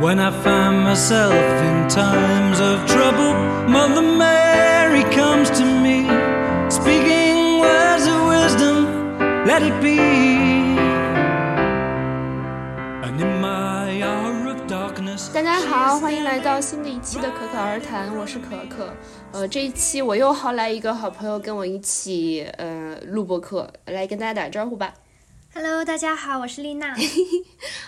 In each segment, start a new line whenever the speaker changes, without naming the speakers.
When I find myself in times of trouble, Mother Mary comes to me, speaking words of wisdom, let it be. And in my hour of darkness,
大家好，欢迎来到新的一期的可可而谈，我是可可。呃，这一期我又薅来一个好朋友跟我一起呃录播课，来跟大家打个招呼吧。
Hello，大家好，我是丽 娜。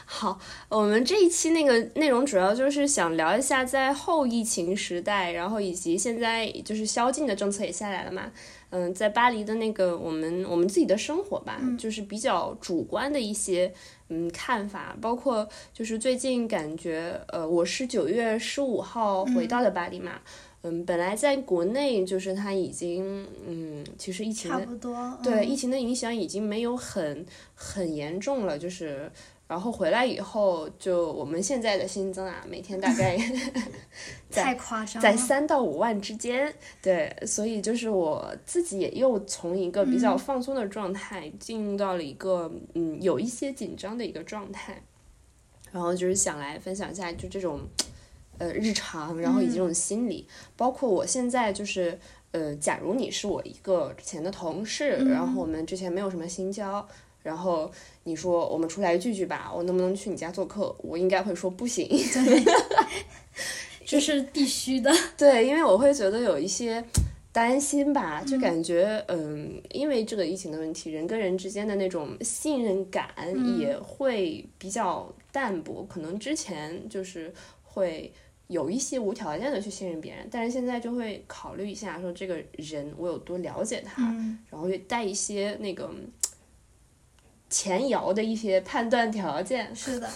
好，我们这一期那个内容主要就是想聊一下在后疫情时代，然后以及现在就是宵禁的政策也下来了嘛，嗯，在巴黎的那个我们我们自己的生活吧，
嗯
就是比较主观的一些嗯看法，包括就是最近感觉呃，我是九月十五号回到的巴黎嘛。嗯本来在国内就是它已经，嗯，其实疫情
差
的
不多，
对
嗯
疫情的影响已经没有很很严重了，就是。然后回来以后，就我们现在的新增啊，每天大概在
太夸张了，
在三到五万之间。对，所以就是我自己也又从一个比较放松的状态，进入到了一个嗯有一些紧张的一个状态。然后就是想来分享一下，就这种呃日常，然后以及这种心理，包括我现在就是。呃，假如你是我一个之前的同事，然后我们之前没有什么新交，然后你说我们出来聚聚吧，我能不能去你家做客？我应该会说不行，
这是必须的。
对，因为我会觉得有一些担心吧，就感觉嗯因为这个疫情的问题，人跟人之间的那种信任感也会比较淡薄，可能之前就是会。有一些无条件的去信任别人，但是现在就会考虑一下，说这个人我有多了解他，
嗯，
然后就带一些那个嗯前摇的一些判断条件，
是的，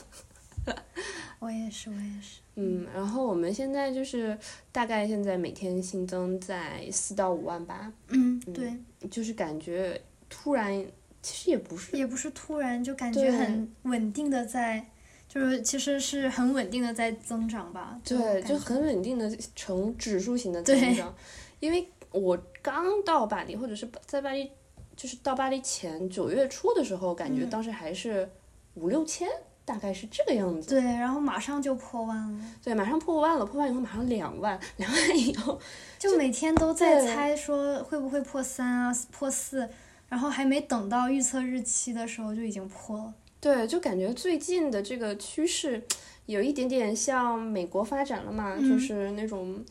我也是，我也是。
嗯，然后我们现在就是大概现在每天新增在四到五万吧，
嗯，对，
就是感觉突然其实也不是，
也不是突然就感
对
觉很稳定的在，就是其实是很稳定的在增长吧。这种
对，
感
就
觉
很稳定的呈指数型的增
对
长。因为我刚到巴黎，或者是在巴黎，就是到巴黎前九月初的时候，感觉
嗯
当时还是五六千，大概是这个样子。
对，然后马上就破万了，
对，马上破万了，破万以后马上两万，两万以后
就每天都在
对
猜说会不会破三啊，破四，然后还没等到预测日期的时候就已经破了。
对，就感觉最近的这个趋势有一点点像美国发展了嘛，就
嗯
是那种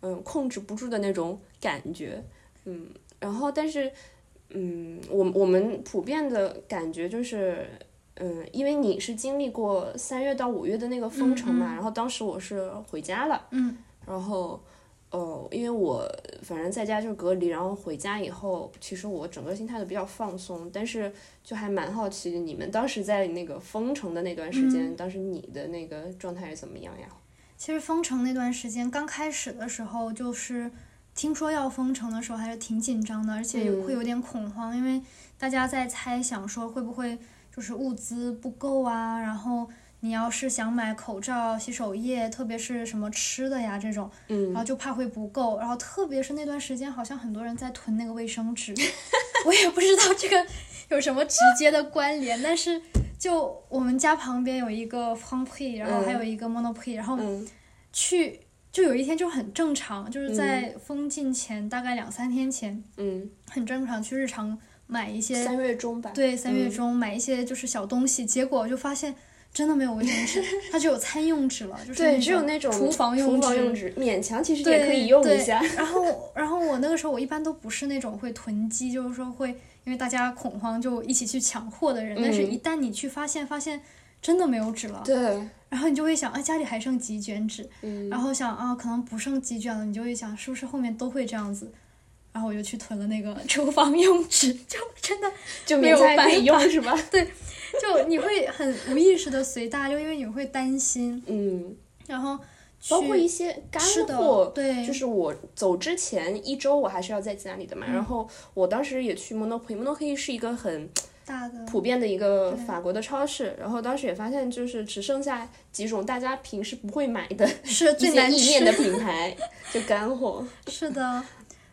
嗯控制不住的那种感觉，嗯，然后但是嗯，我我们普遍的感觉就是。嗯，因为你是经历过三月到五月的那个封城嘛，
嗯嗯
然后当时我是回家了，
嗯
然后，呃，因为我反正在家就是隔离，然后回家以后，其实我整个心态都比较放松，但是就还蛮好奇你们当时在那个封城的那段时间，
嗯
当时你的那个状态是怎么样呀？
其实封城那段时间刚开始的时候，就是听说要封城的时候，还是挺紧张的，而且有
嗯
会有点恐慌，因为大家在猜想说会不会就是物资不够啊，然后你要是想买口罩、洗手液，特别是什么吃的呀这种，然后
嗯，
就怕会不够，然后特别是那段时间，好像很多人在囤那个卫生纸， 我也不知道这个有什么直接的关联，但是就我们家旁边有一个 f r a n p r i 然后还有一个 Monoprix，然后
嗯，
去，就有一天就很正常，就是在封禁前、大概两三天前，
嗯，
很正常去日常买一些，
三月嗯中吧，，
嗯对，三月中买一些就是小东西，结果就发现真的没有卫生 纸，它只有餐用纸了，就
嗯
是
对，只有那种
厨房用
厨房
纸。
用纸，勉强其实也
对，
可以用
对
一下。
然后，然后我那个时候我一般都不是那种会囤积，就是说会因为大家恐慌就一起去抢货的人，但是
嗯
一旦你去发现，发现真的没有纸了，
对，
然后你就会想，啊，家里还剩几卷纸，
嗯，
然后想啊，可能不剩几卷了，你就会想是不是后面都会这样子。然后我就去囤了那个 厨房用纸，就真的
就
没有
勉强还可以
办
用是吧？
就你会很无意识的随大流，因为你会担心，
嗯，
然后
包括
去
一些干
吃的
货，
对，
就是我走之前一周，我还是要在家里的嘛。
嗯
然后我当时也去 Monoprix，Monoprix 是一个很
大的
普遍的一个
对
法国的超市。然后当时也发现，就是只剩下几种大家平时不会买的
是
一
最
些
难
意
吃
面的品 牌，就干货。
是的，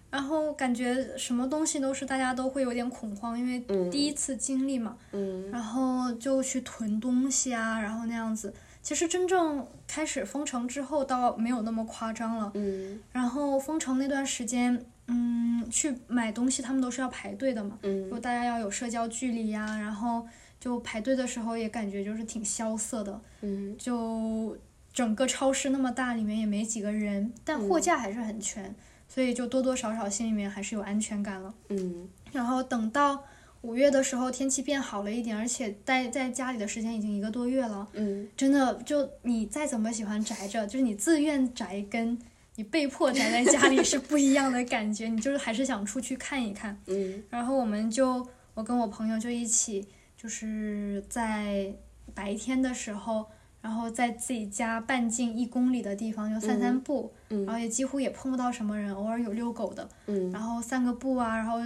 然后感觉什么东西都是大家都会有点恐慌，因为
嗯
第一次经历嘛，
嗯
然后就去囤东西啊，然后那样子。其实真正开始封城之后，倒没有那么夸张了。
嗯
然后封城那段时间，嗯，去买东西他们都是要排队的嘛，就
嗯
大家要有社交距离呀、然后就排队的时候也感觉就是挺萧瑟的，
嗯
就整个超市那么大，里面也没几个人，但货
嗯
架还是很全，所以就多多少少心里面还是有安全感了。
嗯
然后等到五月的时候，天气变好了一点，而且待在家里的时间已经一个多月了，
嗯，
真的就你再怎么喜欢宅着，就是你自愿宅跟你被迫宅在家里是不一样的感觉，你就是还是想出去看一看。
嗯
然后我们就我跟我朋友就一起就是在白天的时候。然后在自己家半径一公里的地方就散散步，然后
嗯
也几乎也碰不到什么人，偶尔有遛狗的，然
嗯
后散个步啊，然后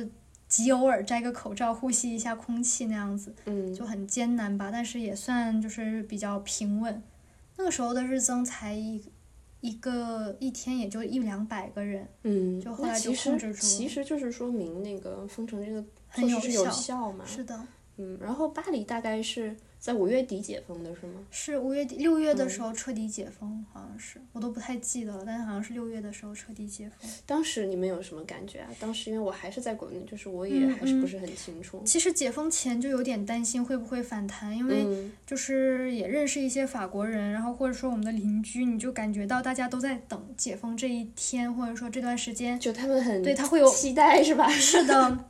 极偶尔摘个口罩，呼吸一下空气那样子，
嗯，
就很艰难吧，但是也算就是比较平稳。那个时候的日增才一一个一天也就一两百个人，
嗯，
就后
那
来就
其实
控制住了
其实就是说明那个封城这个
很
措施是有
效。
效嘛，
是的，
嗯，然后巴黎大概是在五月底解封的是吗？
是五月底六月的时候彻底解封，好像是我都不太记得了，但是好像是六月的时候彻底解封。
当时你们有什么感觉啊？当时因为我还是在国内，就是我也
嗯
还是
嗯
不是很清楚。
其实解封前就有点担心会不会反弹，因为
嗯
就是也认识一些法国人，然后或者说我们的邻居，你就感觉到大家都在等解封这一天，或者说这段时间，
嗯就他们很
对他会有
期待是吧？
是的，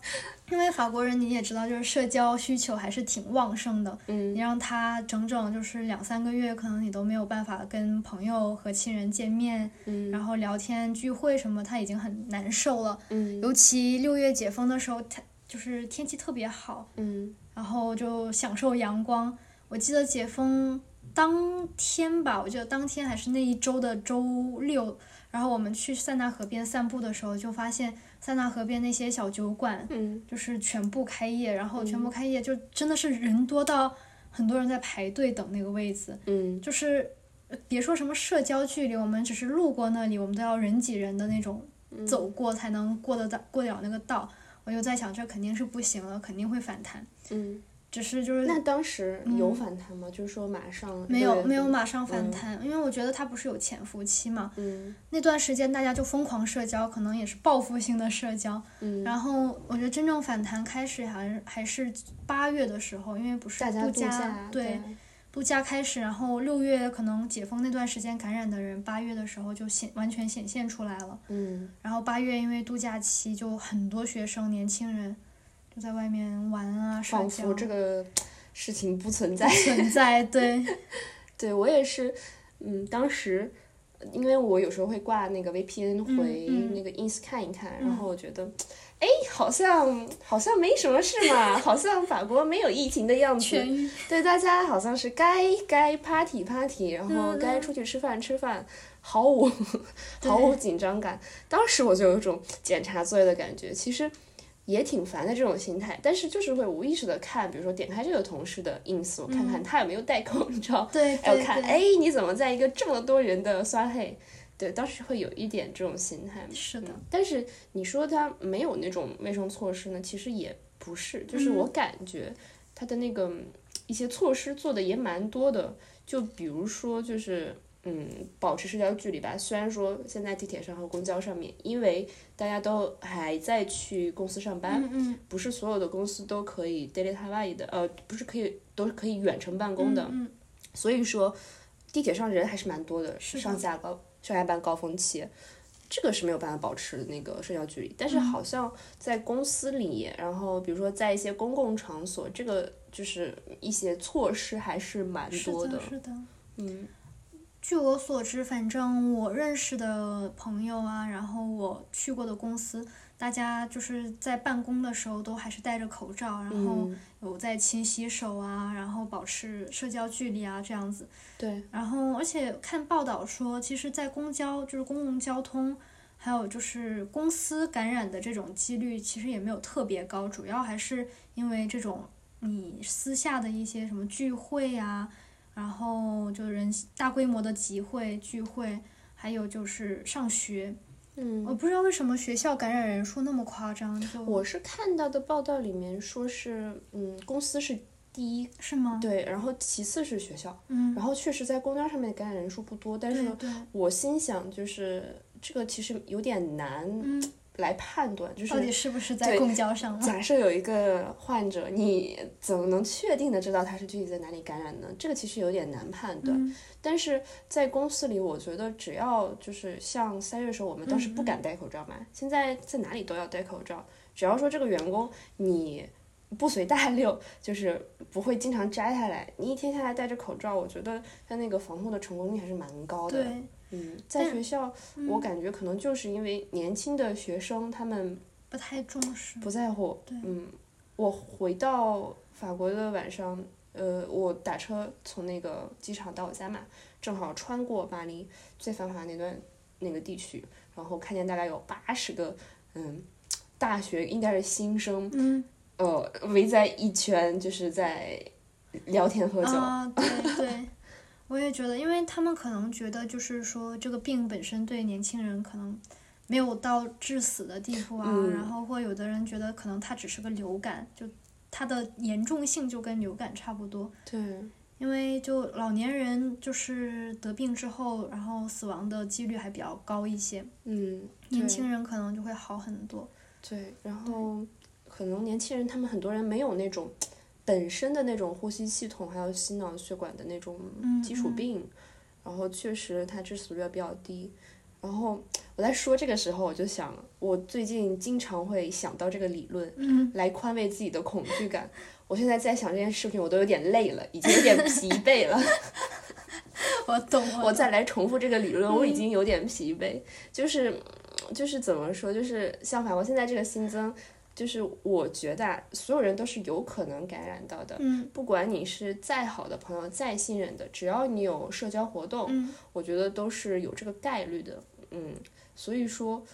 因为法国人你也知道，就是社交需求还是挺旺盛的，
嗯
你让他整整就是两三个月，可能你都没有办法跟朋友和亲人见面，
嗯
然后聊天聚会什么，他已经很难受了，
嗯
尤其六月解封的时候，他就是天气特别好，
嗯
然后就享受阳光。我记得解封当天吧，我记得当天还是那一周的周六，然后我们去塞纳河边散步的时候，就发现塞纳河边那些小酒馆
嗯
就是全部开业，然后全部
嗯
开业就真的是人多到很多人在排队等那个位子，
嗯
就是呃别说什么社交距离，我们只是路过那里，我们都要人挤人的那种
嗯
走过才能过得到过得了那个道。我就在想，这肯定是不行了，肯定会反弹。
嗯。
只是就是
那当时有
嗯
反弹吗？就是说马上
没
6
有
月
没有
份
马上反
嗯
弹，因为我觉得它不是有潜伏期嘛，
嗯
那段时间大家就疯狂社交，可能也是报复性的社交。
嗯，
然后我觉得真正反弹开始还是还是八月的时候，因为不是
大家
度
度假
对
啊
度假开始，然后六月可能解封那段时间感染的人，八月的时候就显完全显现出来了。
嗯
然后八月因为度假期，就很多学生年轻人就在外面玩啊，社
仿
交
佛这个事情不存在。
存在 对，
对我也是，嗯，当时因为我有时候会挂那个 VPN
嗯
回
嗯
那个 ins 看一看，然
嗯
后我觉得，哎，好像好像没什么事嘛，好像法国没有疫情的样子
痊。愈
对，大家好像是该该 party party，然后
嗯嗯
该出去吃饭吃饭，毫无
对
毫无紧张感。当时我就有一种检查作业的感觉，其实也挺烦的这种心态，但是就是会无意识的看，比如说点开这个同事的 ins，我看
嗯
看他有没有戴口罩，
对
还有
对
看
对。
哎你怎么在一个这么多人的刷黑。对，当时会有一点这种心态，
是的
嗯，但是你说它没有那种卫生措施呢，其实也不是，就是我
嗯
感觉它的那个嗯一些措施做的也蛮多的，就比如说就是。嗯，保持社交距离吧。虽然说现在地铁上和公交上面，因为大家都还在去公司上班，
嗯嗯，
不是所有的公司都可以 daily Hawaii 的，呃，不是可以都是可以远程办公的。
嗯嗯
所以说地铁上人还是蛮多的，
是的
上下高上下班高峰期，这个是没有办法保持那个社交距离。但是
嗯
好像在公司里，然后比如说在一些公共场所，这个就是一些措施还是蛮
是
多
的，是的。
嗯
据我所知，反正我认识的朋友啊，然后我去过的公司，大家就是在办公的时候都还是戴着口罩，然后
嗯，
有在勤洗手啊，然后保持社交距离啊这样子。
对，
然后，而且看报道说，其实，在公交就是公共交通，还有就是公司感染的这种几率，其实也没有特别高，主要还是因为这种你私下的一些什么聚会啊，然后就人大规模的集会聚会，还有就是上学，我
嗯。
不知道为什么学校感染人数那么夸张，就
我是看到的报道里面说是，嗯，公司是第一，
是吗？
对，然后其次是学校，
嗯，
然后确实在公交上面感染人数不多，但
对
是
对，
我心想就是这个其实有点难
嗯，
来判断，就
到底
是。
是不是在
对
公交上了？
假设有一个患者，你怎么能确定的知道他是具体在哪里感染呢？这个其实有点难判断。
嗯，
但是在公司里，我觉得只要就是像三月的时候，我们当时
嗯
不敢戴口罩嘛，现在在哪里都要戴口罩。只要说这个员工你不随大溜，就是不会经常摘下来，你一天下来戴着口罩，我觉得他那个防护的成功率还是蛮高的。
对，
嗯，在
但
学校，
嗯
我感觉可能就是因为年轻的学生他们
不太重视。
不在乎。
对
嗯，我回到法国的晚上，呃，我打车从那个机场到我家嘛，正好穿过巴黎最繁华那段那个地区，然后看见大概有八十个，嗯，大学应该是新生，
嗯
呃，围在一圈，就是在聊天喝酒。
啊，对对，我也觉得，因为他们可能觉得就是说这个病本身对年轻人可能没有到致死的地步啊，
嗯
然后或有的人觉得可能它只是个流感，就它的严重性就跟流感差不多。
对，
因为就老年人就是得病之后，然后死亡的几率还比较高一些，
嗯，
年
对
轻人可能就会好很多。
对，然后可能年轻人他们很多人没有那种本身的那种呼吸系统还有心脑血管的那种
嗯
基础
嗯
病，然后确实它致死率比较低。然后我在说这个时候，我就想，我最近经常会想到这个理论
嗯，
来宽慰自己的恐惧感。我现在在想这件事情，我都有点累了，已经有点疲惫 了。
我懂，
我
懂
再来重复这个理论，
嗯
我已经有点疲惫。就是，就是怎么说，就是像法国现在这个新增，就是我觉得啊所有人都是有可能感染到的。
嗯
不管你是再好的朋友、再信任的，只要你有社交活动，
嗯
我觉得都是有这个概率的。嗯，所以说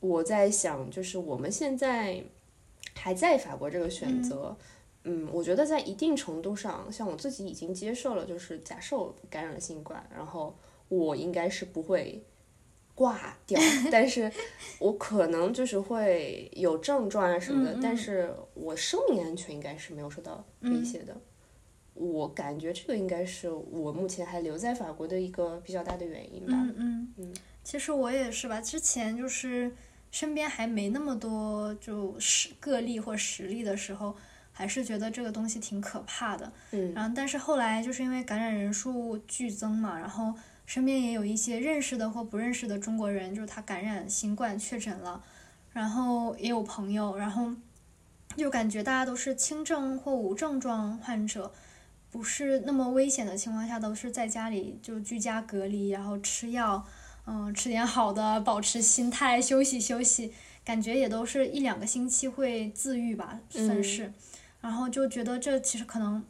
我在想，就是我们现在还在法国这个选择，嗯我觉得在一定程度上，像我自己已经接受了，就是假设我感染了新冠，然后我应该是不会。挂 掉，但是我可能就是会有症状啊什么的，
嗯嗯
但是我生命安全应该是没有受到威
嗯
胁的。我感觉这个应该是我目前还留在法国的一个比较大的原因吧。
嗯嗯
嗯
嗯，其实我也是吧，之前就是身边还没那么多就实个例或实例的时候，还是觉得这个东西挺可怕的。
嗯
然后，但是后来就是因为感染人数剧增嘛，然后身边也有一些认识的或不认识的中国人，就是他感染新冠确诊了，然后也有朋友，然后就感觉大家都是轻症或无症状患者，不是那么危险的情况下，都是在家里就居家隔离，然后吃药，嗯，吃点好的，保持心态，休息休息，感觉也都是一两个星期会自愈吧，算
嗯
是。然后就觉得这其实可能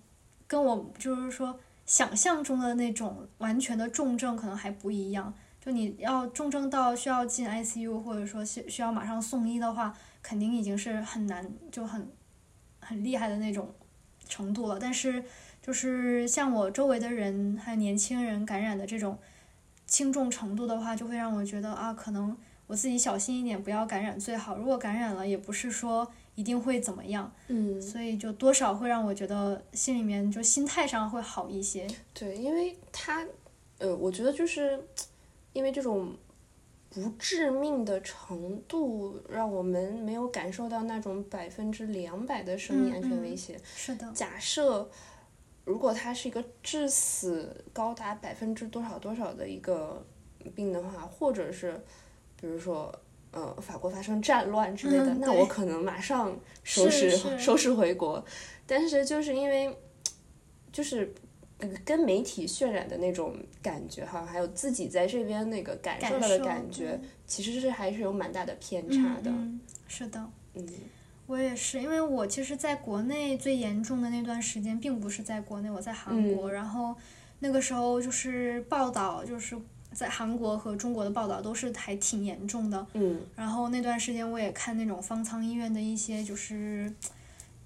跟我就是说想象中的那种完全的重症可能还不一样。就你要重症到需要进 ICU，或者说需需要马上送医的话，肯定已经是很难，就很很厉害的那种程度了。但是就是像我周围的人还有年轻人感染的这种轻重程度的话，就会让我觉得啊，可能我自己小心一点，不要感染最好。如果感染了，也不是说一定会怎么样。
嗯，
所以就多少会让我觉得心里面就心态上会好一些。
对，因为它，呃，我觉得就是因为这种不致命的程度，让我们没有感受到那种百分之两百的生命安全威胁。
是的，
假设如果它是一个致死高达百分之多少多少的一个病的话，或者是比如说呃法国发生战乱之类的，
嗯
那
对
我可能马上收拾
是是
收拾回国。但是就是因为就是。跟媒体渲染的那种感觉哈，还有自己在这边那个感受到的感觉，其实是还是有蛮大的偏
嗯
差的。
嗯是的，
嗯
我也是，因为我其实在国内最严重的那段时间，并不是在国内，我在韩国，然后那个时候就是报道，就是在韩国和中国的报道都是还挺严重的。
嗯
然后那段时间我也看那种方舱医院的一些就是，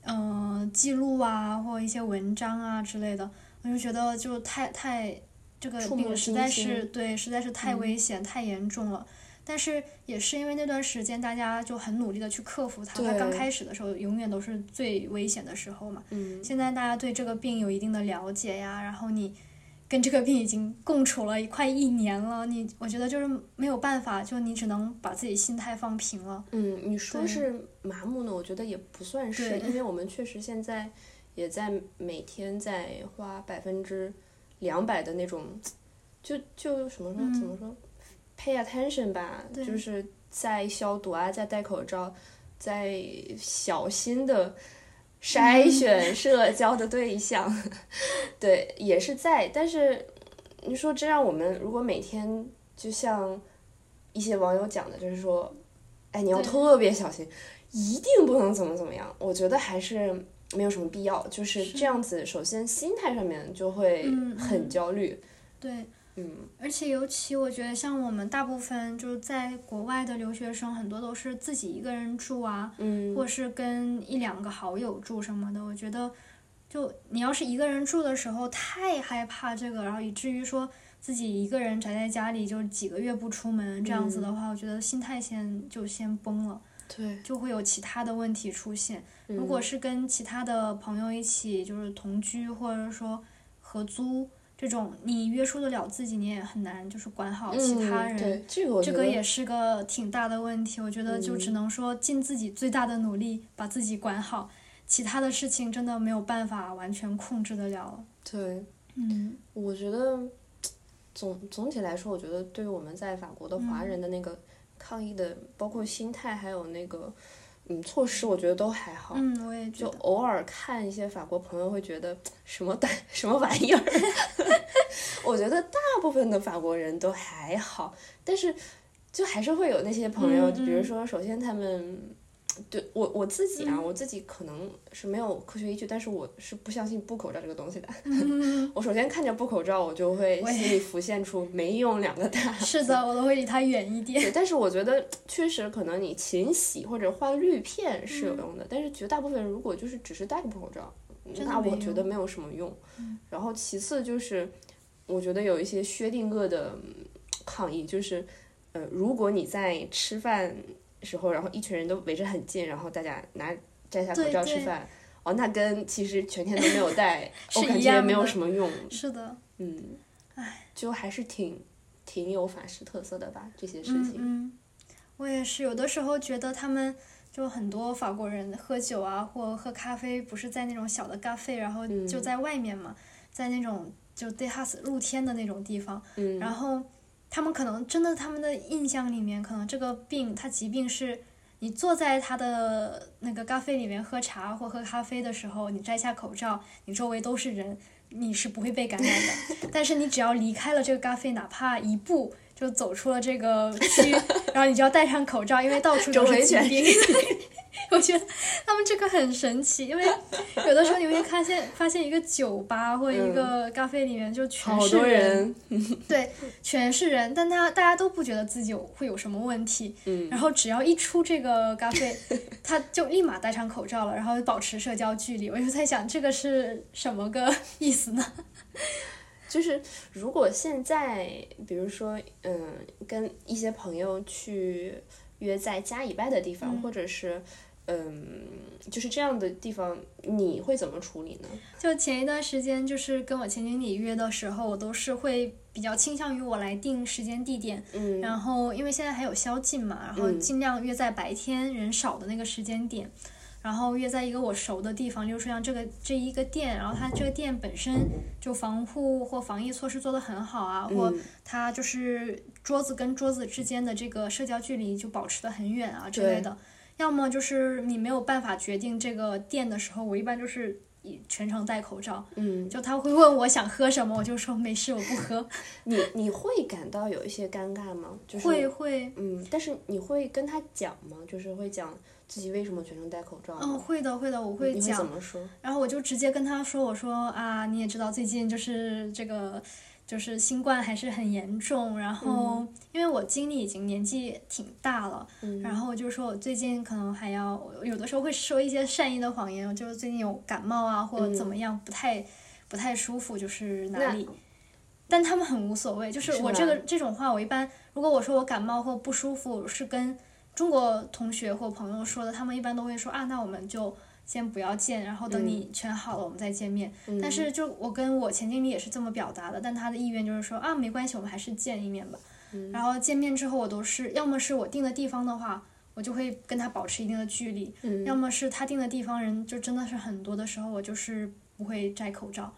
嗯、记录啊，或一些文章啊之类的，我就觉得就太太这个
触目
病实
惊
在
心
是对，实在是太
嗯
危险、太严重了。但是也是因为那段时间大家就很努力的去克服它，它
对
刚开始的时候永远都是最危险的时候嘛。
嗯，
现在大家对这个病有一定的了解呀，然后你跟这个病已经共处了快一年了，你我觉得就是没有办法，就你只能把自己心态放平了。
嗯，你说
对
是麻木呢，我觉得也不算是，
对
因为我们确实现在也在每天在花百分之两百的那种，就就什么说、
嗯
怎么说，pay attention 吧，
对
就是在消毒啊，在戴口罩，在小心的
嗯
筛选社交的对象， 对，也是在，但是你说这让我们如果每天就像一些网友讲的，就是说，哎，你要
对
特别小心，一定不能怎么怎么样。我觉得还是没有什么必要，就是
是
这样子。首先心态上面就会
嗯
很
嗯
焦虑，
对，
嗯
而且尤其我觉得像我们大部分就是在国外的留学生，很多都是自己一个人住啊，
嗯
或者是跟一两个好友住什么的。我觉得，就你要是一个人住的时候太害怕这个，然后以至于说自己一个人宅在家里就几个月不出门这样子
嗯
的话，我觉得心态先就先崩了，
对，嗯
就会有其他的问题出现。如果是跟其他的朋友一起，就是同居或者说合租这种，你约束得了自己，你也很难就是管好
嗯
其他
嗯
人。
对这个我
这
觉
个
得嗯
也是个挺大的问题，我觉得就只能说尽自己最大的努力把自己管好，其他的事情真的没有办法完全控制得了。
对，
嗯，
我觉得总总体来说，我觉得对于我们在法国的华
嗯
人的那个抗议的，包括心态还有那个嗯措施，我觉得都还好。
嗯，我也觉
就
得，
偶尔看一些法国朋友会觉得什么蛋 什么玩意 儿，我觉得大部分的法国人都还好，但是就还是会有那些朋友，
嗯嗯
比如说，首先他们对我我自己啊，
嗯
我自己可能是没有科学依据，但是我是不相信布口罩这个东西的。
嗯，
我首先看着布口罩，我就会
我也
心里浮现出没用两个大
是的，我都会离他远一点。
对，但是我觉得确实可能你勤洗或者换滤片是
嗯
有用的，但是绝大部分如果就是只是戴个口罩，
真的
那
没
我觉得
用
没有什么用。
嗯
然后其次就是，我觉得有一些薛定谔的嗯抗议，就是呃，如果你在吃饭时候，然后一群人都围着很近，然后大家拿摘下口
对
罩吃
对
饭。哦，那跟其实全天都没 有戴，我
是
感
一
觉也
样
没有
的
什么用。
是的，
嗯，
唉，
就还是挺挺有法式特色的吧，这些事
嗯
情。
嗯，我也是，有的时候觉得他们。就很多法国人喝酒啊，或喝咖啡，不是在那种小的咖啡，然后就
嗯
在外面嘛，在那种就 d e h a s 露天的那种地方，
嗯，
然后他们可能真的他们的印象里面，可能这个病它疾病是你坐在他的那个咖啡里面喝茶或喝咖啡的时候，你摘下口罩，你周围都是人，你是不会被感染 的。但是你只要离开了这个咖啡，哪怕一步。就走出了这个区，然后你就要戴上口罩，因为到处都
周
是
围
疾
全
病。 我觉得他们这个很神奇，因为有的时候你会发现，发现一个酒吧或一个咖啡里面就
嗯
全
好
是
多人，
对，全是人，但他大家都不觉得自己有会有什么问题，
嗯
然后只要一出这个咖啡， 他就立马戴上口罩了，然后保持社交距离。我就在想，这个是什么个意思呢？
就是如果现在，比如说，嗯，跟一些朋友去约在家以外的地方，
嗯
或者是，嗯，就是这样的地方，你会怎么处理呢？
就前一段时间，就是跟我前经理约的时候，我都是会比较倾向于我来定时间地点，
嗯，
然后因为现在还有宵禁嘛，然后
嗯
尽量约在白天人少的那个时间点，然后约在一个我熟的地方，例如说像这个这一个店，然后它这个店本身就防护或防疫措施做得很好啊，或
嗯
它就是桌子跟桌子之间的这个社交距离就保持得很远啊之类的。要么就是你没有办法决定这个店的时候，我一般就是一全程戴口罩。
嗯，
就他会问我想喝什么，我就说没事，我 不喝。
你你会感到有一些尴尬吗？就是
会，会，
嗯，但是你会跟他讲吗？就是会讲自己为什么全程戴口罩
嗯，
吗？
会的，会的，我会
你
讲。
怎么说？
然后我就直接跟他说：“我说啊，你也知道最近就是这个，就是新冠还是很严重。然后、因为我经历已经年纪挺大了，
嗯，
然后我就说我最近可能还要我有的时候会说一些善意的谎言，我就是最近有感冒啊或者
嗯
怎么样，不太不太舒服，就是哪
那
里。但他们很无所谓。就是
是
我
吧
这个这种话，我一般如果我说我感冒或不舒服，是跟中国同学或朋友说的，他们一般都会说啊，那我们就先不要见，然后等你全好了，我们再见面。
嗯
但是就我跟我前经理也是这么表达的，但他的意愿就是说啊，没关系，我们还是见一面吧。
嗯
然后见面之后，我都是要么是我定的地方的话，我就会跟他保持一定的距离；
嗯
要么是他定的地方人就真的是很多的时候，我就是不会摘口罩。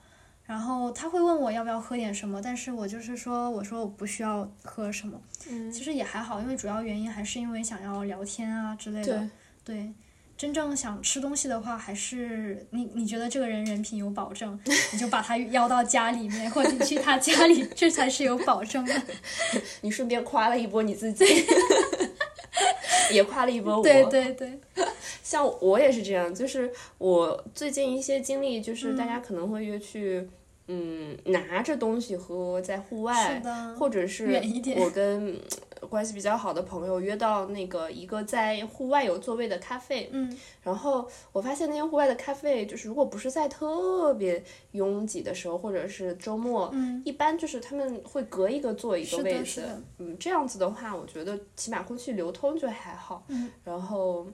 然后他会问我要不要喝点什么，但是我就是说，我说我不需要喝什么，
嗯
其实也还好，因为主要原因还是因为想要聊天啊之类的
对。
对，真正想吃东西的话，还是你你觉得这个人人品有保 证，你就把他邀到家里面，或者你去他家里，这才是有保 证的。
你顺便夸了一波你自 己，也夸了一波我。
对对对，
像我也是这样，就是我最近一些经历，就是
嗯
大家可能会约去，嗯拿着东西喝，在户
是
外，
的，
或者是
远一点
我跟呃关系比较好的朋友约到那个一个在户外有座位的咖啡，
嗯，
然后我发现那些户外的咖啡，就是如果不是在特别拥挤的时候，或者是周末，
嗯，
一般就是他们会隔一个坐一个
是
位
的，是
置，
的，
嗯，这样子的话，我觉得起码空气流通就还好，
嗯，
然后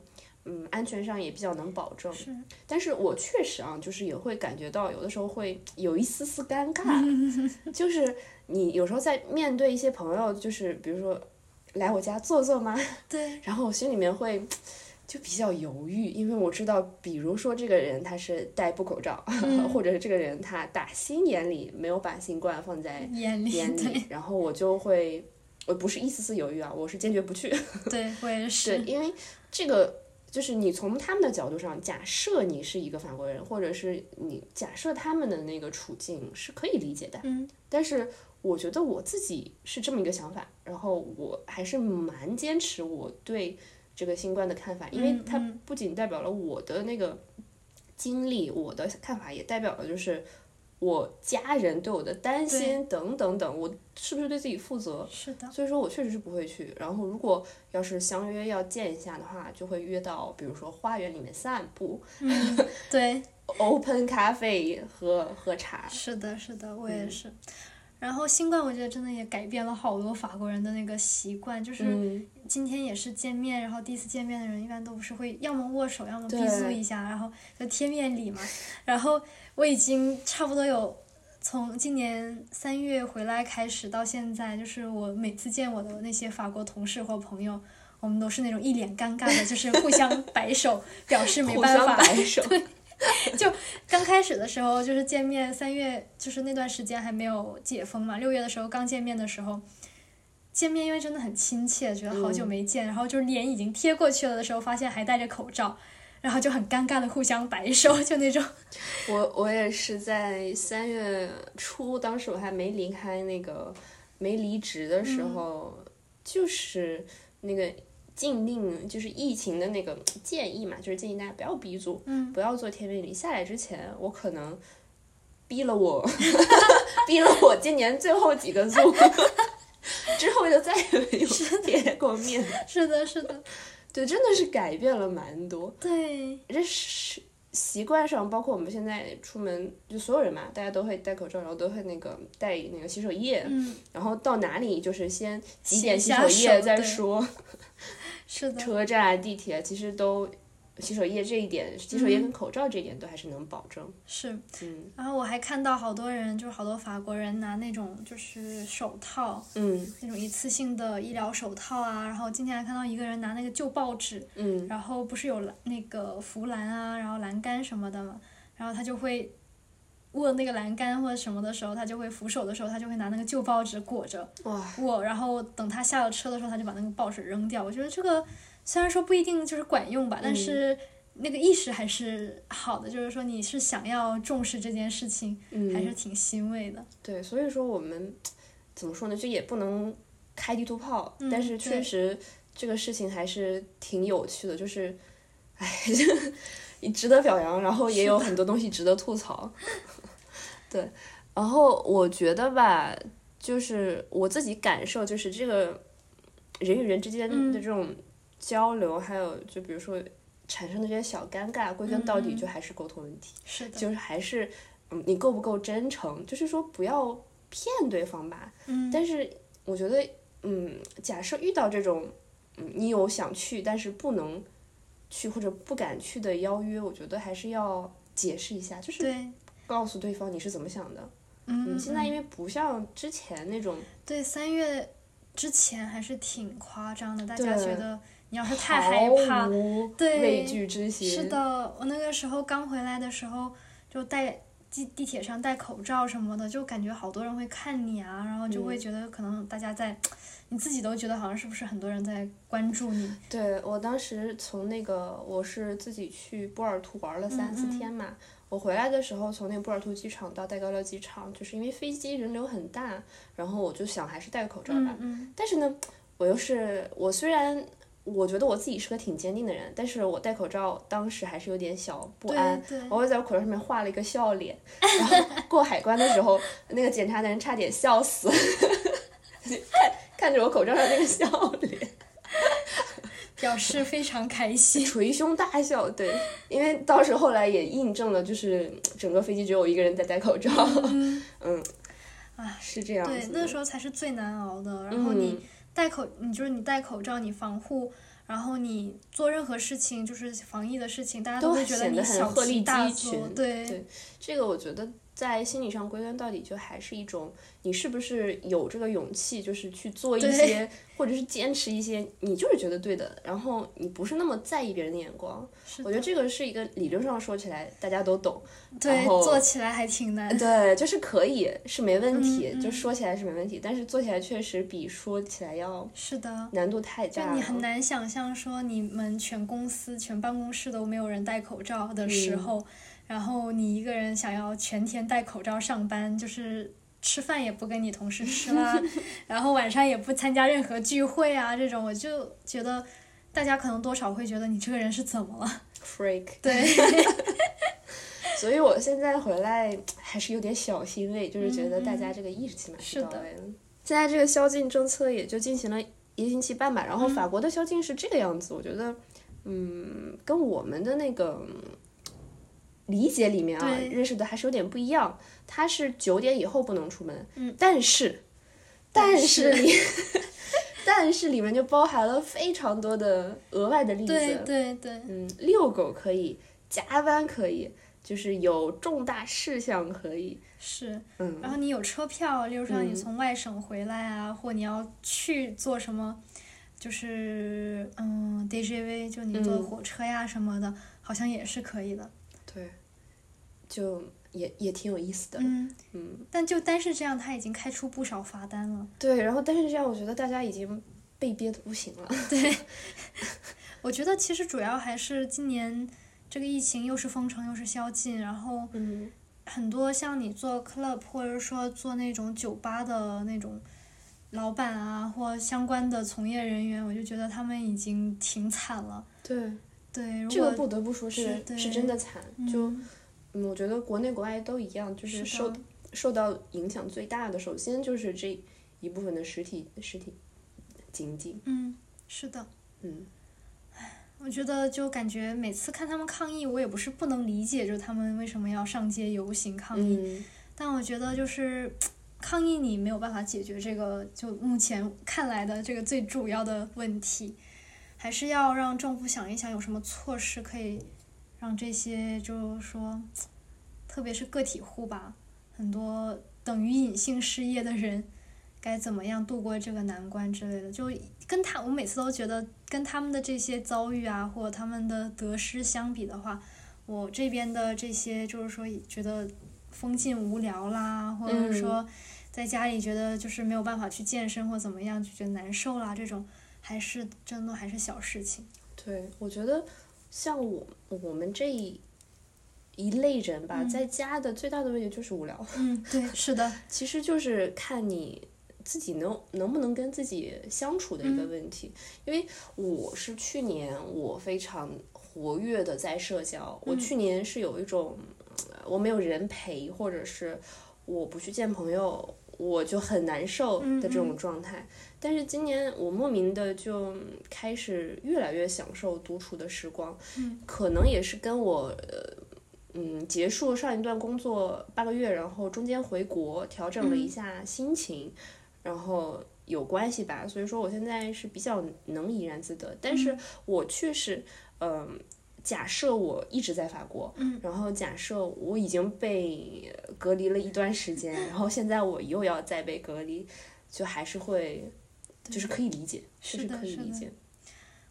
嗯，安全上也比较能保证。
是，
但是我确实啊，就是也会感觉到有的时候会有一丝丝尴尬， 就是你有时候在面对一些朋友，就是比如说来我家坐坐吗？
对，
然后我心里面会。就比较犹豫，因为我知道，比如说这个人他是戴布口罩，
嗯
或者是这个人他打心眼里没有把新冠放在
眼里，
眼
嗯对
里，然后我就会，我不是一丝丝犹豫啊，我是坚决不去。
对，我也
对，
是，
因为这个就是你从他们的角度上，假设你是一个法国人，或者是你假设他们的那个处境是可以理解的，
嗯，
但是我觉得我自己是这么一个想法，然后我还是蛮坚持我对这个新冠的看法，因为
嗯
它
嗯
不仅代表了我的那个经历，我的看法，也代表了就是我家人对我的担心等等等，我是不是对自己负责？
是的，
所以说我确实是不会去。然后如果要是相约要见一下的话，就会约到比如说花园里面散步、
嗯，对，
open 咖啡喝喝茶。
是的，是的，我也是。然后新冠，我觉得真的也改变了好多法国人的那个习惯，就是
嗯，
今天也是见面，然后第一次见面的人一般都不是会要么握手，要么
对
避肃一下，然后就贴面礼嘛。然后我已经差不多有从今年三月回来开始到现在，就是我每次见我的那些法国同事或朋友，我们都是那种一脸尴尬的，就是互相 摆手，表示没
互
办
相
法。
摆手。
刚开始的时候就是见面，三月就是那段时间还没有解封嘛，六月的时候刚见面的时候，见面因为真的很亲切，觉得好
嗯
久没见，然后就是脸已经贴过去了的时候，发现还戴着口罩，然后就很尴尬的互相摆手，就那种，
我我也是在三月初，当时我还没离开那个没离职的时候，就是那个禁令，就是疫情的那个建议嘛，就是建议大家不要逼组，
嗯，
不要做甜美礼。下来之前，我可能逼了我， 逼了我今年最后几个组，之后就再也没有见过面。
是的，是的，
对，真的是改变了蛮多。
对，
这是习惯上，包括我们现在出门，就所有人嘛，大家都会戴口罩，然后都会那个带那个洗手液，
嗯，
然后到哪里就是先
洗
挤
一
点洗
下
手
手
液再
对
说。
是的，
车站、啊地铁其实都洗手液这一点，洗手液
嗯
跟口罩这一点都还是能保证。
是。
嗯
然后我还看到好多人，就是好多法国人拿那种就是手套，
嗯
那种一次性的医疗手套啊，然后今天还看到一个人拿那个旧报纸，
嗯，
然后不是有栏那个扶栏啊，然后栏杆什么的嘛，然后他就会握那个栏杆或者什么的时候，他就会扶手的时候，他就会拿那个旧报纸裹着
哇，
握，然后等他下了车的时候，他就把那个报纸扔掉。我觉得这个虽然说不一定就是管用吧，但是那个意识还是好的，就是说你是想要重视这件事情，
嗯，
还是挺欣慰的。
对，所以说我们怎么说呢，就也不能开地图炮，
嗯
但是确
对
实这个事情还是挺有趣的，就是，哎， 就值得表扬，然后也
是
有
的
很多东西值得吐槽。 对，然后我觉得吧，就是我自己感受，就是这个人与人之间的
嗯
这种交流，还有就比如说产生的这些小尴尬，归根到底
嗯嗯
就还是沟通问题。
是的，
就是还是，嗯，你够不够真诚？就是说不要骗对方吧。
嗯，
但是我觉得，嗯，假设遇到这种，嗯，你有想去但是不能去或者不敢去的邀约，我觉得还是要解释一下，就是
对，
告诉对方你是怎么想的。
嗯，
嗯，现在因
嗯
为不像之前那种
对三月之前还是挺夸张的，大家
对
觉得你要是太害
毫
怕，
无
对
畏惧之心，
是，的，我那个时候刚回来的时候，就戴地地铁上戴口罩什么的，就感觉好多人会看你啊，然后就会
嗯
觉得可能大家在，你自己都觉得好像是不是很多人在关注你？
对我当时从那个我是自己去波尔图玩了三四
嗯嗯
天嘛，我回来的时候从那个波尔图机场到戴高乐机场，就是因为飞机人流很大，然后我就想还是戴口罩吧。
嗯嗯，
但是呢，我又是我虽然我觉得我自己是个挺坚定的人，但是我戴口罩当时还是有点小不安
对。对，
我又在我口罩上面画了一个笑脸，然后过海关的时候，那个检查的人差点笑死， 就看看着我口罩上那个笑脸。
表示非常开心。
捶胸大笑，对，因为到时后来也印证了，就是整个飞机只有我一个人在戴口罩，
嗯，
嗯，
唉
是这样
对
子，的。嗯
那时候才是最难熬的。然后你戴口，你就是你戴口罩，你防护，然后你做任何事情，就是防疫的事情，大家
都
会觉得
显得
你
很
小
鹤立
题大
鸡
做。
群
对
对这个我觉得在心理上归根到底就还是一种，你是不是有这个勇气，就是去做一
对
些，或者是坚持一些你就是觉得对的，然后你不是那么在意别人的眼光。
是
我觉得
的
这个是一个理论上说起来大家都 懂，
对
然后呃
做起来还挺难。
对，就是可以是没问题，
嗯嗯
就说起来是没问题，但是做起来确实比说起来要。
是的，
难度太
就
大了，
你很难想象说你们全公司、全办公室都没有人戴口罩的时
嗯
候，然后你一个人想要全天戴口罩上班，就是吃饭也不跟你同事吃啦，然后晚上也不参加任何聚会啊，这种我就觉得大家可能多少会觉得你这个人是怎么了？
freak。
对
所以我现在回来还是有点小欣慰，就是觉得大家这个意识起码
嗯是
到
的
位了。现在这个宵禁政策也就进行了一个星期半吧，然后
嗯
法国的宵禁是这个样子，我觉得，嗯，跟我们的那个。嗯理解里面啊
对，
认识的还是有点不一样。它是九点以后不能出门，
嗯
但是，
但
但是里， 但是里面就包含了非常多的额外的例子，
对对对，
嗯，遛狗可以，加班可以，就是有重大事项可以，
是。
嗯
然后你有车票，例如说你
嗯
从外省回来啊，或你要去做什么，就是嗯 DJV，就你坐
嗯
火车呀什么的，好像也是可以的。
对，就也也挺有意思的，
嗯，
嗯，
但就单是这样，他已经开出不少罚单了。
对，然后但是这样，我觉得大家已经被憋的不行了，
我觉得其实主要还是今年这个疫情又是封城又是宵禁，然后
嗯
很多像你做 club 或者说做那种酒吧的那种老板啊，或相关的从业人员，我就觉得他们已经挺惨了。
对，
对，如
这
果
个不得不说是
是
是
对
真的惨，就
嗯
嗯，我觉得国内国外都一样，就是是
的
受受到影响最大的，首先就是这一部分的实体实体经济，
嗯，是的，
嗯，
我觉得就感觉每次看他们抗议，我也不是不能理解，就是他们为什么要上街游行抗议，
嗯，
但我觉得就是抗议你没有办法解决这个，就目前看来的这个最主要的问题，还是要让政府想一想有什么措施可以让这些就是说，特别是个体户吧，很多等于隐性失业的人。该怎么样度过这个难关之类的，就跟他，我每次都觉得跟他们的这些遭遇啊，或他们的得失相比的话，我这边的这些就是说觉得封禁无聊啦，或者说在家里觉得就是没有办法去健身或怎么样，就觉得难受啦，这种还是真的还是小事情。
对，我觉得像我我们这一一类人吧，
嗯
在家的最大的问题就是无聊，
嗯，对，是的，
其实就是看你自己能能不能跟自己相处的一个
嗯
问题。因为我是去年我非常活跃的在社交，我
嗯
去年是有一种呃我没有人陪，或者是我不去见朋友。我就很难受的这
嗯
种
嗯
状态，但是今年我莫名的就开始越来越享受独处的时光，
嗯
可能也是跟我呃嗯，结束上一段工作八个月，然后中间回国调整
嗯
了一下心情，然后有关系吧。所以说我现在是比较能怡然自得，但
嗯
是我确实，嗯、假设我一直在法国，
嗯
然后假设我已经被隔离了一段时间，然后现在我又要再被隔离，就还是会，就是可以理解，
是
确实
的
可以
是
理
的
解。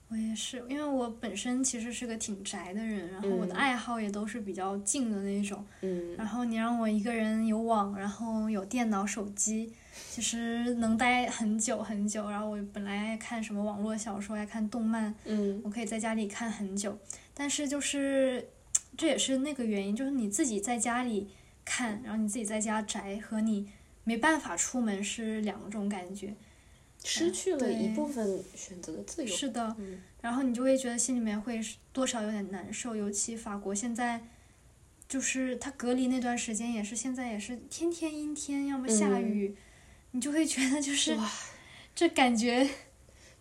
我也是，因为我本身其实是个挺宅的人，然后我的
嗯
爱好也都是比较静的那种。
嗯
然后你让我一个人有网，然后有电脑、手机，其实能待很久很久。然后我本来爱看什么网络小说，爱看动漫，
嗯
我可以在家里看很久。但是就是，这也是那个原因，就是你自己在家里看，然后你自己在家宅，和你没办法出门是两种感觉。
失去了一
哎对
部分选择的自由。
是的，
嗯
然后你就会觉得心里面会是多少有点难受，尤其法国现在，就是他隔离那段时间也是，现在也是天天阴天，要么下
嗯
雨，你就会觉得就是
哇
这感觉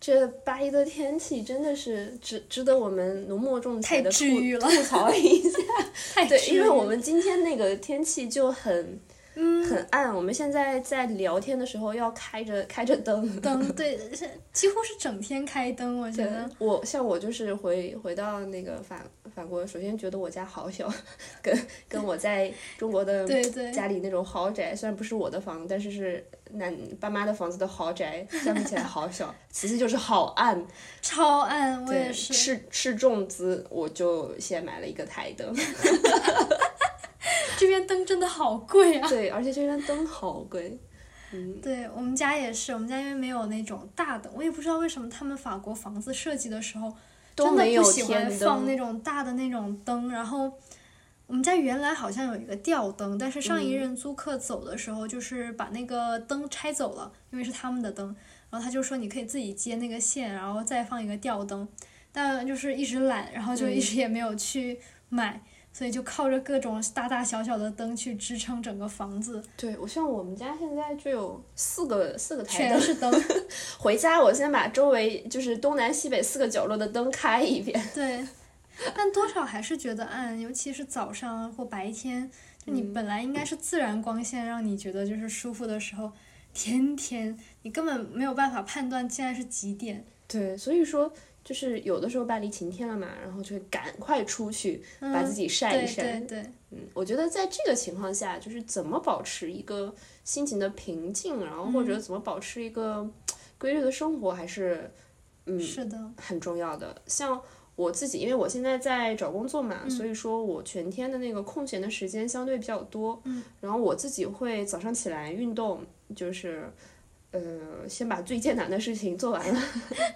这巴黎的天气真的是值值得我们浓墨重彩
太
的吐
治愈了
吐槽一下。
太
对，
治
因为我
愈
们今天那个天气就很
嗯
很暗，我们现在在聊天的时候要开着开着灯。
灯对是几乎是整天开灯，我觉
对
得，
我像我就是回回到那个法法国，首先觉得我家好小， 跟跟我在中国的
对对
家里那种豪宅，虽然不是我的房子，但是是男爸妈的房子的豪宅，相比起来好小。 其次就是好暗，
超暗，我
对，
也是，
斥斥重资，我就先买了一个台 灯。
这边灯真的好贵啊。
对，而且这边灯好贵。嗯，
对我们家也是，我们家因为没有那种大的，我也不知道为什么他们法国房子设计的时候
都
真的
没有
不喜欢
天
放那
灯。
种大的那种灯，然后我们家原来好像有一个吊灯，但是上一
嗯
任租客走的时候，就是把那个灯拆走了，因为是他们的灯，然后他就说你可以自己接那个线，然后再放一个吊灯，但就是一直懒，然后就一
嗯
直也没有去买，所以就靠着各种大大小小的灯去支撑整个房子，
对，我像我们家现在就有四个四个台
全
灯。
是灯，
回家我先把周围就是东南西北四个角落的灯开一遍。
对，但多少还是觉得暗，尤其是早上啊或白天，就你
嗯
本来应该是自然光线让你觉得就是舒服的时候，天天你根本没有办法判断现在是几点。
对，所以说就是有的时候巴黎晴天了嘛，然后就赶快出去把自
嗯
己晒一晒。
对对对，
嗯，我觉得在这个情况下，就是怎么保持一个心情的平静，然后或者
嗯
怎么保持一个规律的生活，还是嗯
是的，
很重要的。像我自己，因为我现在在找工作嘛，
嗯
所以说我全天的那个空闲的时间相对比较多。
嗯
然后我自己会早上起来运动，就是呃，先把最艰难的事情做完了，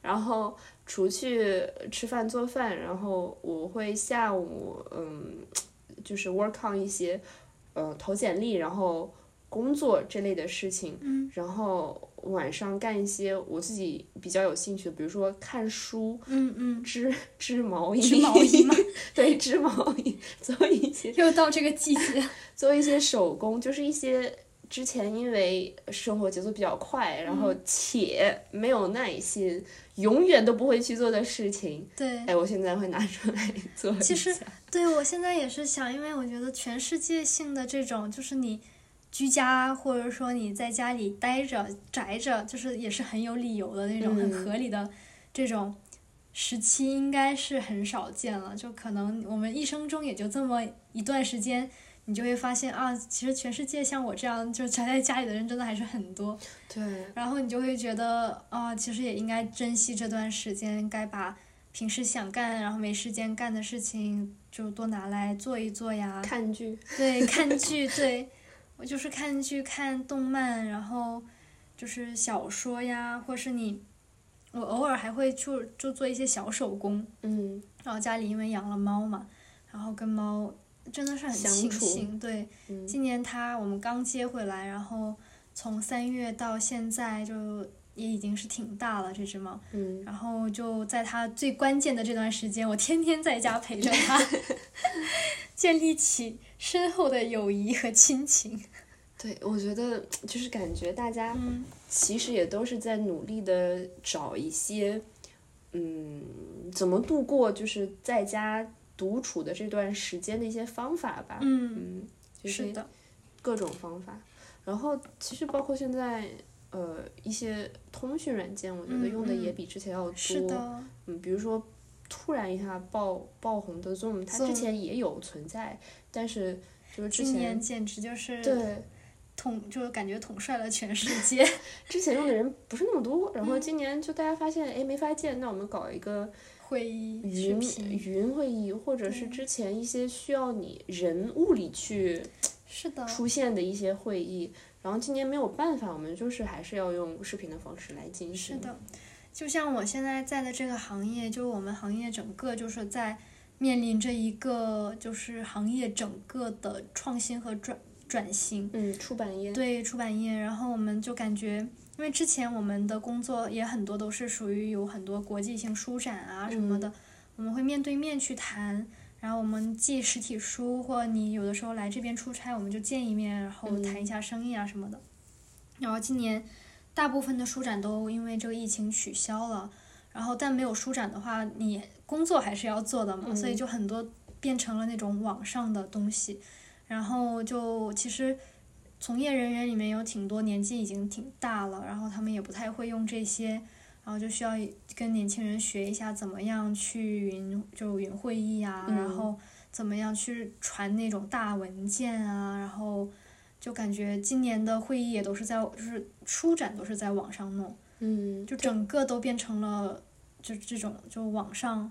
然后除去吃饭做饭，然后我会下午嗯，就是 work on 一些呃投简历，然后工作这类的事情。
嗯
然后晚上干一些我自己比较有兴趣的，比如说看书、
嗯嗯，
织织毛衣、
织毛衣嘛，
对，织毛衣，做一些
又到这个季节，
做一些手工，就是一些之前因为生活节奏比较快，然
嗯
后且没有耐心，永远都不会去做的事情，
对。
哎，我现在会拿出来 做一下。
其实对我现在也是想，因为我觉得全世界性的这种，就是你居家或者说你在家里待着宅着，就是也是很有理由的那种，很
嗯
合理的这种时期，应该是很少见了。就可能我们一生中也就这么一段时间。你就会发现啊，其实全世界像我这样就宅在家里的人真的还是很多。
对，
然后你就会觉得啊，其实也应该珍惜这段时间，该把平时想干然后没时间干的事情就多拿来做一做呀。
看剧，
对，看剧，对我就是看剧、看动漫，然后就是小说呀，或是你，我偶尔还会就就做一些小手工。
嗯，
然后家里因为养了猫嘛，然后跟猫真的是很
相
亲
处
近，对，
嗯
今年它我们刚接回来，然后从三月到现在就也已经是挺大了这只猫，
嗯，
然后就在它最关键的这段时间，我天天在家陪着它， 建立起深厚的友谊和亲情。
对，我觉得就是感觉大家
嗯，
其实也都是在努力的找一些，嗯，怎么度过就是在家独处的这段时间的一些方法吧。
嗯，
嗯，就是
是的，
各种方法。然后其实包括现在呃一些通讯软件，我觉得
嗯
用的也
嗯
比之前要多。
是的，
嗯，比如说突然一下爆爆红的 Zoom，它之
Zoom
前也有存在，但是就是之
今年
前
简直就是
对
统，就是感觉统帅了全世界。
之前用的人不是那么多，然
嗯
后今年就大家发现哎没法见，那我们搞一个
会议视
云
频，
云会议，或者
嗯
是之前一些需要你人物理去
是的，
出现的一些会议。然后今年没有办法，我们就是还是要用视频的方式来进行。
是的，就像我现在在的这个行业，就是我们行业整个就是在面临着一个就是行业整个的创新和转转型。
嗯，出版业，
对出版业，然后我们就感觉，因为之前我们的工作也很多都是属于有很多国际性书展啊什么的，
嗯
我们会面对面去谈，然后我们寄实体书，或者你有的时候来这边出差，我们就见一面，然后
嗯
谈一下生意啊什么的。然后今年大部分的书展都因为这个疫情取消了，然后但没有书展的话，你工作还是要做的嘛，所以
嗯
就很多变成了那种网上的东西。然后就其实从业人员里面有挺多年纪已经挺大了，然后他们也不太会用这些，然后就需要跟年轻人学一下怎么样去云就云会议啊，
嗯
然后怎么样去传那种大文件啊，然后就感觉今年的会议也都是在就是书展都是在网上弄，
嗯，
就整个都变成了就这种就网上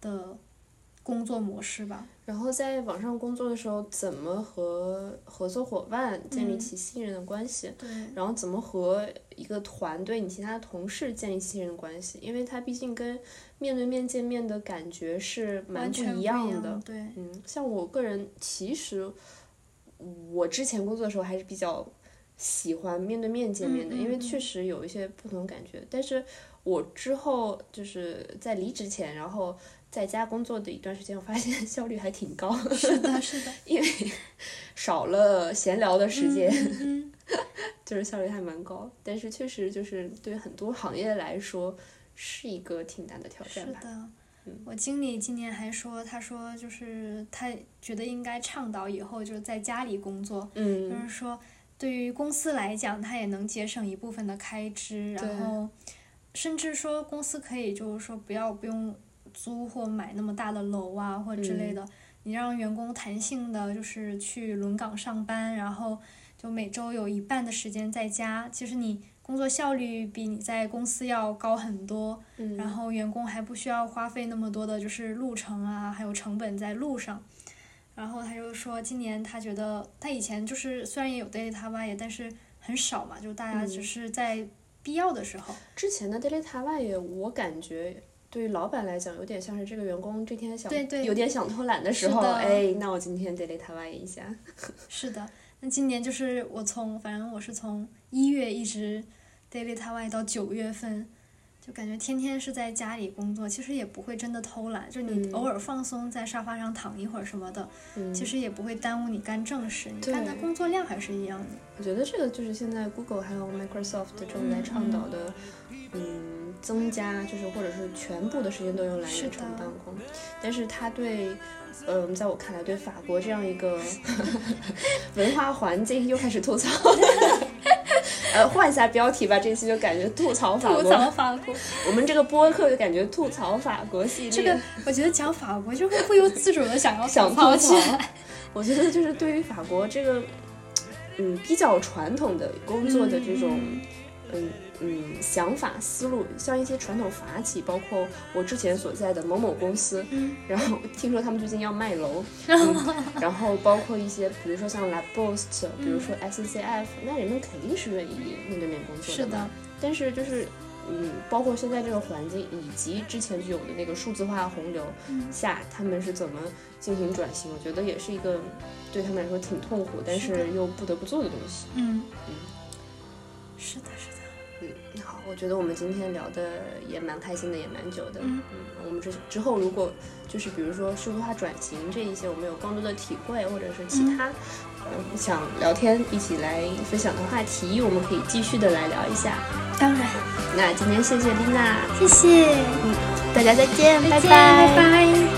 的工作模式吧。
然后在网上工作的时候，怎么和合作伙伴建立
嗯
起信任的关系？
对，
然后怎么和一个团队、你其他同事建立信任关系？因为它毕竟跟面对面见面的感觉是蛮
完
不
全不
一
一
样的。
对，
嗯，像我个人，其实我之前工作的时候还是比较喜欢面对面见面的，
嗯嗯
因为
嗯
确实有一些不同感觉。但是我之后就是在离职前，然后在家工作的一段时间，我发现 效率还挺高，
是的，是的，
因为少了闲聊的时间，
嗯嗯
就是效率还蛮高。但是确实就是对很多行业来说是一个挺大的挑
嗯
战
是
吧。
的
嗯。
我经理今年还说，他说就是他觉得应该倡导以后就是在家里工作，就
嗯
是说对于公司来讲，它也能节省一部分的开支，
对
然后甚至说公司可以就是说不要不用租或买那么大的楼啊或之
嗯
类的，你让员工弹性的就是去轮岗上班，然后就每周有一半的时间在家，其实你工作效率比你在公司要高很多，
嗯，
然后员工还不需要花费那么多的就是路程啊，还有成本在路上。然后他就说，今年他觉得他以前就是虽然也有 daily 他吧也，但是很少嘛，就大家
嗯
只是在必要的时候。
之前的 Daily 塔外也，我感觉对于老板来讲，有点像是这个员工这天想
对对
有点想偷懒的时候，
是的
哎，那我今天 Daily 塔外一下，
是的，那今年就是我从反正我是从一月一直 daily 他外到九月份，就感觉天天是在家里工作，其实也不会真的偷懒，就你
嗯
偶尔放松在沙发上躺一会儿什么的，
嗯，
其实也不会耽误你干正事，你
对
干的工作量还是一样的。
我觉得这个就是现在 Google 还有 Microsoft 正在倡导的，嗯，增加就是或者是全部的时间都用来
是
远
的
程办公，但是它对。嗯，在我看来，对法国这样一 个文化环境又开始吐槽， 呃，换一下标题吧，这期就感觉吐槽法国，
吐槽法国，
我们这个播客就感觉吐槽法国系列，
这个我觉得讲法国就会不由自主的想要
嗯想
吐
吐
槽起
槽
来。。
我觉得就是对于法国这个，嗯，比较传统的工作的这种，嗯嗯想法思路，像一些传统法企，包括我之前所在的某某公司，
嗯
然后听说他们最近要卖楼， 嗯、然后包括一些，比如说像 La Poste，比如说 SCF，、那人们肯定是愿意面对面工作
嗯是
嘛
的，
但是就是，嗯，包括现在这个环境以及之前就有的那个数字化洪流
嗯
下，他们是怎么进行转型？我觉得也是一个对他们来说挺痛苦，但
是的
是又不得不做的东西。
嗯，是的，是的，
嗯，好，我觉得我们今天聊的也蛮开心的，也蛮久的。
嗯
我们之之后如果就是比如说数字化转型这一些，我们有更多的体会，或者是其他。嗯想聊天一起来分享的话题，我们可以继续的来聊一下。
当然，
那今天谢谢丽娜，
谢谢，
大家再见，
再见，拜拜